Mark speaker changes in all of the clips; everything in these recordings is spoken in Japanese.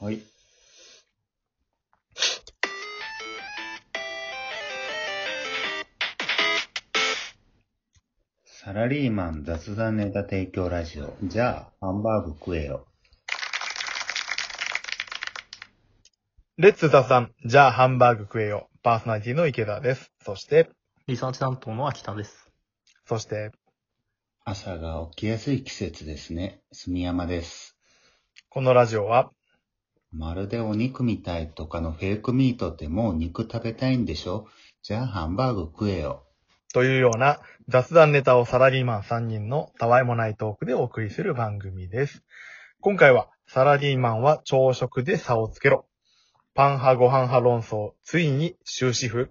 Speaker 1: はい。サラリーマン雑談ネタ提供ラジオ。じゃあ、ハンバーグ食えよ。
Speaker 2: レッツザさん、じゃあハンバーグ食えよ。パーソナリティの池田です。そして、
Speaker 3: リサーチ担当の秋田です。
Speaker 2: そして、
Speaker 1: 朝が起きやすい季節ですね。住山です。
Speaker 2: このラジオは、
Speaker 1: まるでお肉みたいとかのフェイクミートってもう肉食べたいんでしょじゃあ、ハンバーグ食えよ。
Speaker 2: というような雑談ネタをサラリーマン3人のたわいもないトークでお送りする番組です。今回は、サラリーマンは朝食で差をつけろ。パン派ご飯派論争、ついに終止符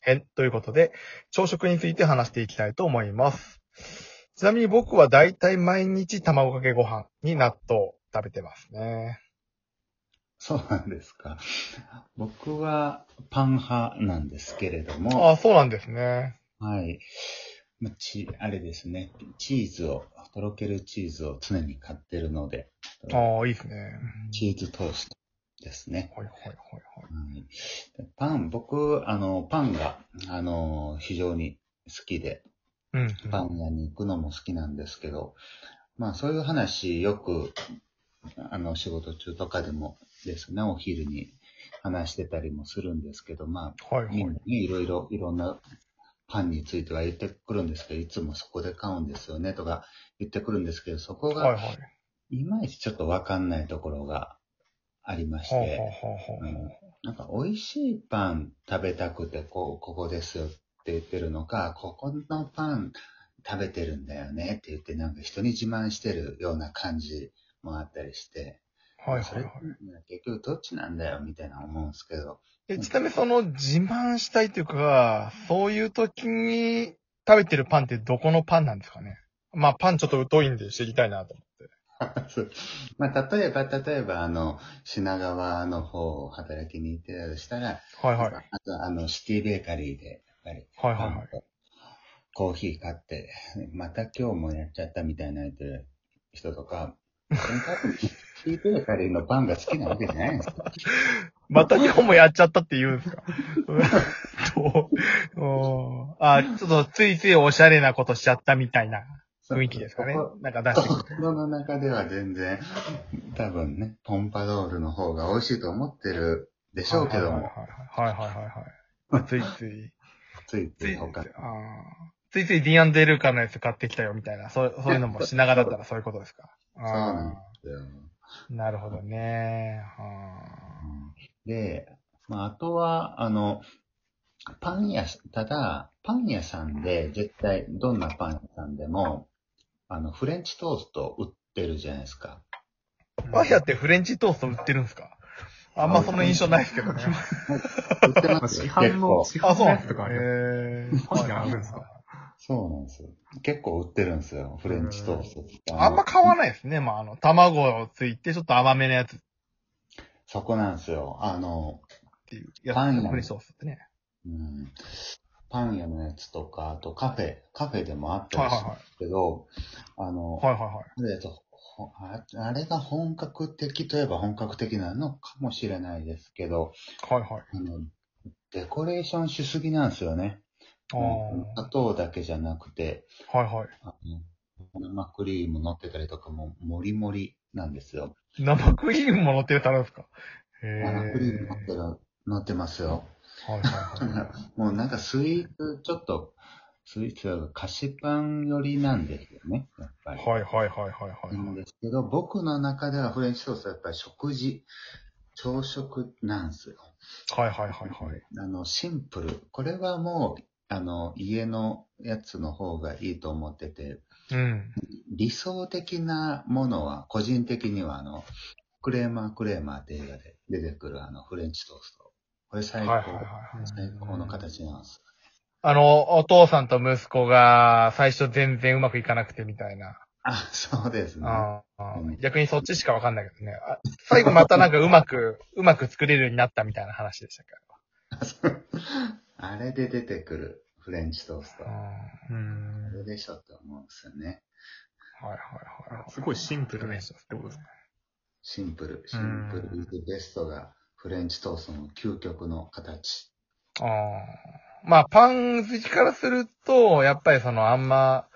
Speaker 2: 編ということで、朝食について話していきたいと思います。ちなみに僕はだいたい毎日卵かけご飯に納豆食べてますね。
Speaker 1: そうなんですか。僕はパン派なんですけれども。
Speaker 2: ああ、そうなんですね。
Speaker 1: はい。まあち、あれですね。チーズを、とろけるチーズを常に買ってるので、
Speaker 2: ああ、いいですね。
Speaker 1: チーズトーストですね。
Speaker 2: ほいほいほいほい。
Speaker 1: はい、パン、僕、あの、パンが、あの、非常に好きで、
Speaker 2: うん、うん。
Speaker 1: パン屋に行くのも好きなんですけど、まあそういう話よく、あの、仕事中とかでもですね、お昼に話してたりもするんですけど、まあ、
Speaker 2: はいはい
Speaker 1: みんな。ね、いろいろ、いろんなパンについては言ってくるんですけど、いつもそこで買うんですよねとか言ってくるんですけど、そこ
Speaker 2: はいはい。
Speaker 1: がいまいちちょっとわかんないところがありまして、
Speaker 2: ほうほうほうほう
Speaker 1: うんなんか美味しいパン食べたくて、こう、ここですよって言ってるのか、ここのパン食べてるんだよねって言って、なんか人に自慢してるような感じもあったりして、
Speaker 2: はい
Speaker 1: そ
Speaker 2: は
Speaker 1: れっ
Speaker 2: いはい
Speaker 1: て。結局どっちなんだよみたいな思うんですけど、
Speaker 2: え、ちなみにその自慢したいというか、そういう時に食べてるパンってどこのパンなんですかねまあパンちょっと疎いんで知りたいなと思って。
Speaker 1: そうまあ、例えば、例えば、あの、品川の方を働きに行ってたとしたら、
Speaker 2: はいはい。
Speaker 1: あと、あの、シティベーカリーで、やっぱり、
Speaker 2: はいはいはい。
Speaker 1: あのコーヒー買って、また今日もやっちゃったみたいな言ってる人とか、多分シティベーカリーのパンが好きなわけじゃないんですよ。
Speaker 2: また今日もやっちゃったって言うんですか どううんあ、ちょっとついついおしゃれなことしちゃったみたいな雰囲気ですかね
Speaker 1: そこ。
Speaker 2: なんか出してくる。
Speaker 1: 心の中では全然、多分ね、ポンパドールの方が美味しいと思ってるでしょうけど
Speaker 2: はい
Speaker 1: も、
Speaker 2: はいはいはいはいはい。ついつい。
Speaker 1: ついつ
Speaker 2: つ
Speaker 1: い
Speaker 2: いつい、あ
Speaker 1: 他
Speaker 2: ーついついディアン・デルーカのやつ買ってきたよみたいな、そうそういうのも品川だったらそういうことですか。そう
Speaker 1: そうなんですよ。
Speaker 2: なるほどね。
Speaker 1: で、まあ、あとは、あの、パン屋、ただ、パン屋さんで、絶対、どんなパン屋さんでも、あの、フレンチトースト売ってるじゃないですか。
Speaker 2: パン屋ってフレンチトースト売ってるんですかあんまその印象ないですけどね。
Speaker 1: 売って
Speaker 3: まあ
Speaker 1: ます
Speaker 3: 市
Speaker 1: よ
Speaker 3: 販
Speaker 1: 結
Speaker 3: の、
Speaker 1: 構。
Speaker 3: 市
Speaker 2: あ、
Speaker 3: 販
Speaker 2: そうな
Speaker 3: の
Speaker 2: ん
Speaker 3: や
Speaker 2: で
Speaker 3: つ
Speaker 2: す
Speaker 3: と
Speaker 2: か。
Speaker 3: かあ
Speaker 2: へ
Speaker 3: るよ。
Speaker 2: ー
Speaker 3: パン屋あるんですか
Speaker 1: そうなんですよ。結構売ってるんですよ。フレンチトーストって。
Speaker 2: あんま
Speaker 1: の
Speaker 2: 買わないですね。まあ、あの、卵をついて、ちょっと甘めのやつっ
Speaker 1: そこなんですよ。あの、
Speaker 2: ていうや
Speaker 1: パン
Speaker 2: つ。
Speaker 1: 屋
Speaker 2: フレンチトーストってね。
Speaker 1: うん、パン屋のやつとか、あとカフェ、カフェでもあった
Speaker 2: はい
Speaker 1: り
Speaker 2: は
Speaker 1: す
Speaker 2: い
Speaker 1: るんで
Speaker 2: は
Speaker 1: すけど、あの、
Speaker 2: い。はいはいはい。
Speaker 1: えっと、ほああれが本格的といえば本格的なのかもしれないですけど、
Speaker 2: はいはい。
Speaker 1: あのデコレーションしすぎなんですよね。
Speaker 2: あ
Speaker 1: うん
Speaker 2: ー
Speaker 1: 砂糖だけじゃなくて、
Speaker 2: はいは
Speaker 1: あの生クリーム乗ってたりとかも、もりもりなんですよ。
Speaker 2: い。生クリームも乗ってるやつあるんですかへ
Speaker 1: 生クリーム乗って
Speaker 2: ー。
Speaker 1: る、乗ってますよ。
Speaker 2: はいはいはい。
Speaker 1: もうなんかスイーツ、ちょっと、スイーツは菓子パン寄りなんですよね、やっぱり。
Speaker 2: はいはいはいはいはい。
Speaker 1: なんですけど、僕の中ではフレンチトーストはやっぱり食事、朝食なんですよ。
Speaker 2: はいはいはいはい。
Speaker 1: あの、シンプル。これはもう、あの、家のやつの方がいいと思ってて、
Speaker 2: うん。
Speaker 1: 理想的なものは、個人的にはあの、クレーマークレーマーって映画で出てくるあの、フレンチトースト。これ最高、
Speaker 2: はいはいはいはい
Speaker 1: 最高の形なんです。
Speaker 2: あの、お父さんと息子が最初全然うまくいかなくてみたいな。
Speaker 1: あ、そうですね。
Speaker 2: ああ
Speaker 1: うん
Speaker 2: 逆にそっちしかわかんないけどね。あ最後またなんかうまく、 うまく作れるようになったみたいな話でしたか
Speaker 1: あれで出てくるフレンチトースト。
Speaker 2: ら
Speaker 1: あ。
Speaker 2: うん。はい
Speaker 1: れでしょって思うんですよね。
Speaker 2: はいはいはい。
Speaker 3: すごいシンプルな
Speaker 2: ね
Speaker 3: やつってことですか
Speaker 1: シンプル、シンプルイズベストがフレンチトーストの究極の形。
Speaker 2: あーまあ、パン好きからすると、やっぱりそのあんま、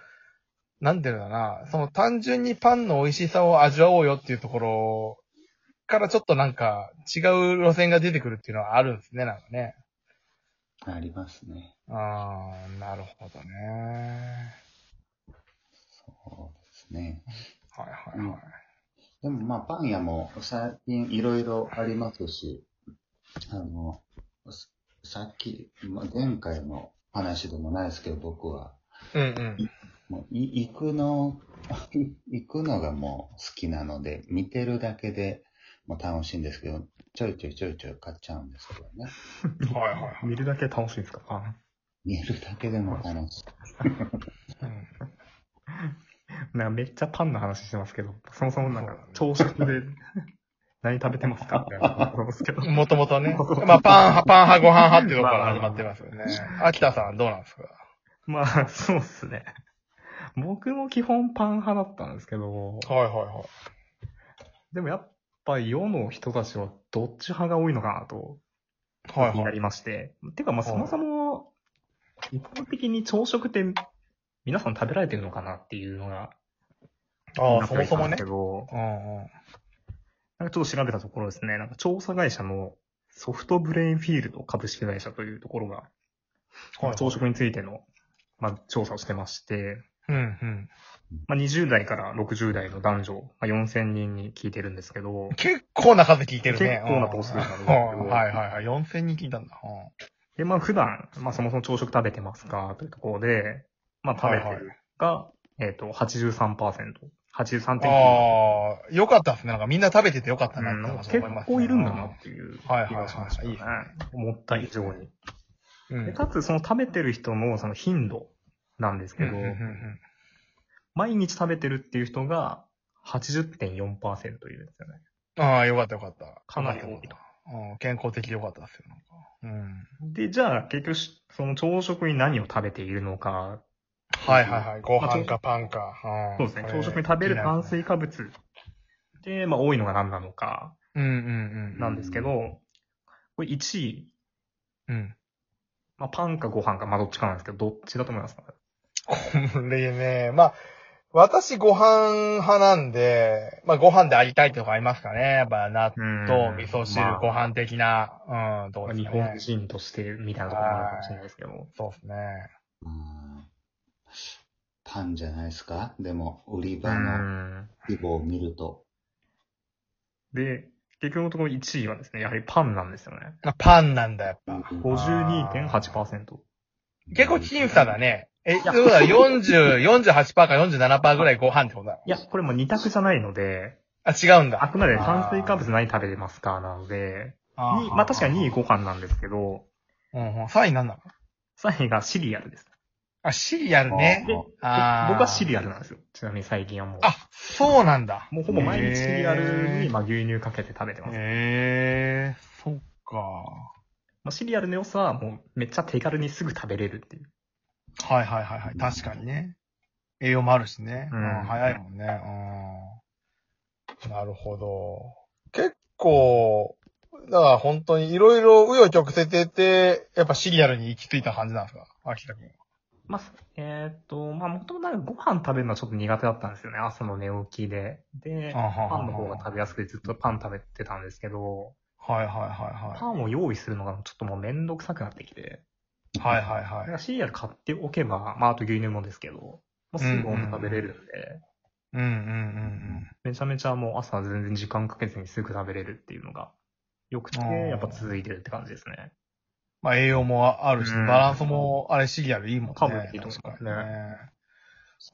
Speaker 2: なんていうのかな、その単純にパンの美味しさを味わおうよっていうところからちょっとなんか違う路線が出てくるっていうのはあるんですね、なんかね。
Speaker 1: ありますね。
Speaker 2: ああ、なるほどね。
Speaker 1: そうですね。
Speaker 2: はいはいはい。
Speaker 1: でもまあパン屋も最近いろいろありますし、あの、ささっき、まあ前回の話でもないですけど、僕は、
Speaker 2: うんうん。
Speaker 1: もうい行くの、 行くのがもう好きなので、見てるだけでもう楽しいんですけど、ちょいちょいちょいちょい買っちゃうんですけどね。
Speaker 2: はいはいはい
Speaker 3: 見るだけ楽しいですか あ
Speaker 1: 見るだけでも楽しい。
Speaker 2: うん
Speaker 3: なんかめっちゃパンの話してますけど、そもそもなんか
Speaker 2: そ
Speaker 3: 朝食で 何食べてますかみたいな話なんで すけど。
Speaker 2: もともとね。まあ、パン派、パン派、ご飯派っていうところから始まってますよね。秋田さんどうなんですか
Speaker 3: まあ、そうっすね。僕も基本パン派だったんですけど、
Speaker 2: はいはいはい。
Speaker 3: でもやっぱ世の人たちはどっち派が多いのかなと
Speaker 2: はい
Speaker 3: 気に
Speaker 2: は。
Speaker 3: ないりまして。てかまあ
Speaker 2: はい
Speaker 3: そもそも、一般的に朝食って皆さん食べられてるのかなっていうのが、
Speaker 2: ああ、そもそも
Speaker 3: なん
Speaker 2: ね
Speaker 3: か。ど、
Speaker 2: うんうん。
Speaker 3: なんかちょっと調べたところですね、なんか調査会社のソフトブレインフィールド株式会社というところが、
Speaker 2: はい
Speaker 3: 朝食についての、まあ、調査をしてまして、
Speaker 2: うんうん。
Speaker 3: まあ、20代から60代の男女、まあ、4000人に聞いてるんですけど、
Speaker 2: 結構な数聞いてるね。
Speaker 3: 結構な頭数
Speaker 2: うん
Speaker 3: な
Speaker 2: うん
Speaker 3: ですけど
Speaker 2: んはいはいはい。4000人聞いたんだ。う
Speaker 3: で、まあ普段、まあそもそも朝食食べてますかというところで、まあ食べてるが、えっ、ー、と、83%、
Speaker 2: ん
Speaker 3: 83.9%。
Speaker 2: ああ、よかったですね。なんかみんな食べててよかった
Speaker 3: う
Speaker 2: なっ
Speaker 3: ん
Speaker 2: て
Speaker 3: なんか
Speaker 2: 私は
Speaker 3: 結
Speaker 2: 思いますね
Speaker 3: 構いるんだなっていう気
Speaker 2: はいはいはい
Speaker 3: がしましたね。
Speaker 2: いいです
Speaker 3: 思った以上に。
Speaker 2: うん。
Speaker 3: でかつ、その食べてる人のその頻度なんですけ
Speaker 2: うん
Speaker 3: ど、
Speaker 2: うんうん
Speaker 3: 毎日食べてるっていう人が80.4%いるんですよね。
Speaker 2: うんああ、よかったよかった。
Speaker 3: かなり多い
Speaker 2: よかったうん健康的でよかったですよ。なんか。うん。
Speaker 3: で、じゃあ結局し、その朝食に何を食べているのか、
Speaker 2: はいはいはい。ご飯かパンか。ん
Speaker 3: そうですね、
Speaker 2: これ
Speaker 3: 朝食に食べる炭
Speaker 2: 気に
Speaker 3: 水化物で、まあ多いのが何なのか、
Speaker 2: なるうんうんうん。
Speaker 3: なんですけど、
Speaker 1: う
Speaker 3: これ1位、
Speaker 2: うん。
Speaker 3: まあ、パンかご飯か、まあ、どっちかなんですけど、どっちだと思いますか
Speaker 2: これね、まあ、私ご飯派なんで、まあご飯でありたいとかありますかね。やっぱ納豆、味噌汁、ご
Speaker 3: まあ
Speaker 2: 飯的な、うん、とこ
Speaker 3: まあ
Speaker 2: です
Speaker 3: 日
Speaker 2: か
Speaker 3: 本
Speaker 2: ね。
Speaker 3: 人としてみたいなところもあるかもしれないですけど。
Speaker 2: そうですね。
Speaker 1: うんパンじゃないですかでも、売り
Speaker 3: う
Speaker 1: 場の
Speaker 3: ん。
Speaker 1: 規模を見ると。
Speaker 3: で、結局のところ1位はですね、やはりパンなんですよね。
Speaker 2: まあパンなんだ、やっぱ。
Speaker 3: 52.8%。
Speaker 2: 結構僅差だね。え、
Speaker 3: や
Speaker 2: そうだ、40、48%か47%ぐらいご飯ってことだ。
Speaker 3: いや、これも2択じゃないので、
Speaker 2: あ、違うん
Speaker 3: あ
Speaker 2: だ。
Speaker 3: くまで炭水化物何食べてますかなので、にまあ確かに2位ご飯なんですけど、
Speaker 2: うんうん。3位なんだ
Speaker 3: 3位がシリアルです。
Speaker 2: あ、シリアルね。
Speaker 1: ね。
Speaker 2: あー
Speaker 3: 僕はシリアルなんですよ。ちなみに最近はもう。
Speaker 2: あ、そうなんだ。
Speaker 3: もうほぼ毎日シリアル
Speaker 2: へ
Speaker 3: に
Speaker 2: ー
Speaker 3: まあ牛乳かけて食べてます。
Speaker 2: へえー、そっか。
Speaker 3: まあ、シリアルの良さはもうめっちゃ手軽にすぐ食べれるっていう。
Speaker 2: はいはいはいはい。確かにね。栄養もあるしね。う、
Speaker 3: うんん
Speaker 2: 早いもんね。うん。なるほど。結構、だから本当にいろいろ紆余曲折出て、やっぱシリアルに行き着いた感じなんですか秋田君。
Speaker 3: まあ、えーっと、まあ、もともとなんかご飯食べるのはちょっと苦手だったんですよね。朝の寝起きで。で、
Speaker 2: あははは
Speaker 3: パンの方が食べやすくてずっとパン食べてたんですけど、
Speaker 2: はいはいはい
Speaker 3: パンを用意するのがちょっともうめんどくさくなってきて、
Speaker 2: はい。はいはい
Speaker 3: だか
Speaker 2: はい。
Speaker 3: らシリアル買っておけば、まあ、あと牛乳もですけど、もうすぐお食べれるんで、
Speaker 2: うんうんうん
Speaker 3: めちゃめちゃもう朝全然時間かけずにすぐ食べれるっていうのが良くて、
Speaker 2: あー
Speaker 3: やっぱ続いてるって感じですね。
Speaker 2: まあ栄養もあるし、
Speaker 3: うん
Speaker 2: バランスも、あれシリアルいいもんね。
Speaker 3: 多分いいと思いますね
Speaker 2: 確かにね。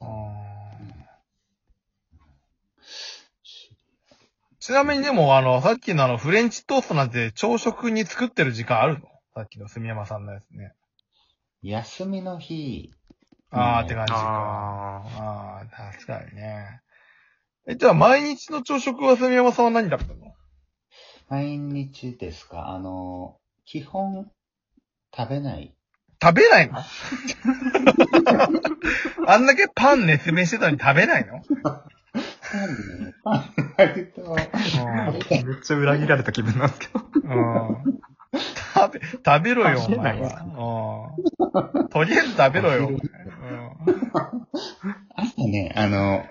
Speaker 2: うんちなみにでも、あの、さっきのあの、フレンチトーストなんて朝食に作ってる時間あるのさっきの住山さんのやつね。
Speaker 1: 休みの日、
Speaker 2: あー
Speaker 1: うん
Speaker 2: って感じか。
Speaker 3: あー
Speaker 2: ああー、確かにね。え、じゃあ毎日の朝食は住山さんは何だったの
Speaker 1: 毎日ですかあの、基本、食べ ない。
Speaker 2: 食べないのあんだけパン熱弁してたのに食べないの
Speaker 1: パンね、パン割と、
Speaker 3: めっちゃ裏切られた気分なんですけど。
Speaker 2: うん食べ、食べろよ、お
Speaker 3: 食べない
Speaker 2: 前
Speaker 3: で
Speaker 2: は。うんとりあえず食べろよ。うん
Speaker 1: 朝ね、あの、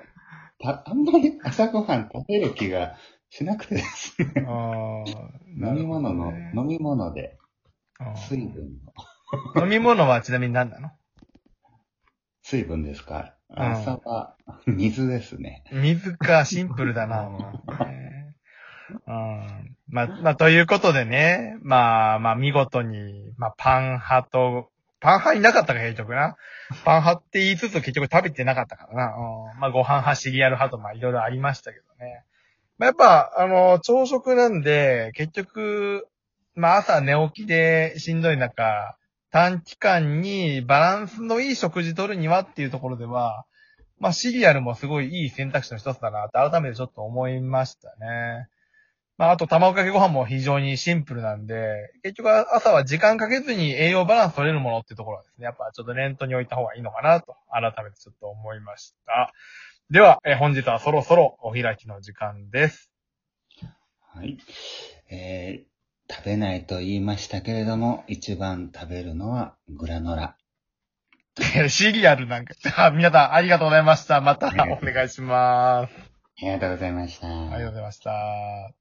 Speaker 1: たあんまり朝ごはん食べる気がしなくてですね。
Speaker 2: あー
Speaker 1: 飲み物の、
Speaker 2: なるほ
Speaker 1: 飲み物で、
Speaker 2: どね
Speaker 1: 水分の、
Speaker 2: うん飲み物はちなみに何なの
Speaker 1: 水分ですか
Speaker 2: ん
Speaker 1: 朝は、水ですね。
Speaker 2: 水か、シンプルだな。ねうん、まあ、まあ、ということでね、まあ、まあ、見事に、まあ、パン派と、パン派いなかったか、結局な。パン派って言いつつ結局食べてなかったからな。うん、まあ、ご飯派、シリアル派と、まあ、いろいろありましたけどね。まあ、やっぱ、あの、朝食なんで、結局、まあ、朝寝起きでしんどい中、短期間にバランスのいい食事取るにはっていうところでは、まあ、シリアルもすごいいい選択肢の一つだなって改めてちょっと思いましたね。まあ、あと卵かけご飯も非常にシンプルなんで、結局は朝は時間かけずに栄養バランス取れるものっていうところはですね、やっぱちょっと念頭に置いた方がいいのかなと改めてちょっと思いました。では、えー本日はそろそろお開きの時間です。
Speaker 1: はい。えー食べないと言いましたけれども、一番食べるのはグラノラ。
Speaker 2: シリアルなんか、あ皆さんありがとうございました。またお願いします。
Speaker 1: ありがとうございました。
Speaker 2: ありがとうございました。